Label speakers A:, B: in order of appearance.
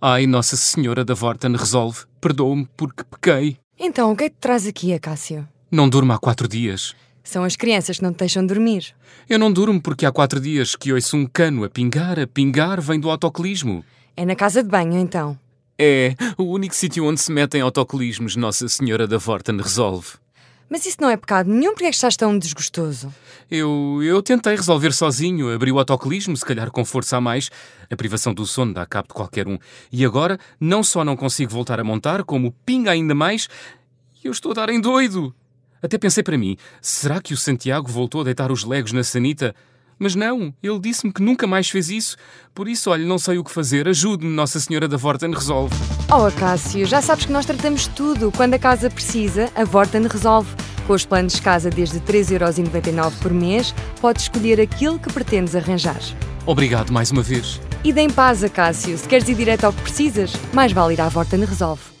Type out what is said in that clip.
A: Ai, Nossa Senhora da Vorten resolve. Perdoa-me porque pequei.
B: Então, o que é que te traz aqui, Acácio?
A: Não durmo há quatro dias.
B: São as crianças que não te deixam dormir.
A: Eu não durmo porque há quatro dias que ouço um cano a pingar, a pingar, vem do autoclismo.
B: É na casa de banho, então.
A: É, o único sítio onde se metem autoclismos, Nossa Senhora da Vorten resolve.
B: Mas isso não é pecado nenhum, porque é que estás tão desgostoso?
A: Eu, eu tentei resolver sozinho, abri o autocolismo, se calhar com força a mais. A privação do sono dá cabo de qualquer um. E agora, não só não consigo voltar a montar, como pinga ainda mais, e eu estou a dar em doido. Até pensei para mim, será que o Santiago voltou a deitar os legos na sanita? Mas não, ele disse-me que nunca mais fez isso. Por isso, olha, não sei o que fazer, ajude-me, Nossa Senhora da Vorten resolve.
B: Oh, Acácio, já sabes que nós tratamos tudo. Quando a casa precisa, a Vorten resolve. Com os planos de casa desde 3,99€ por mês, podes escolher aquilo que pretendes arranjar.
A: Obrigado mais uma vez.
B: E dê em paz, Acácio. Se queres ir direto ao que precisas, mais vale ir à Vorten Resolve.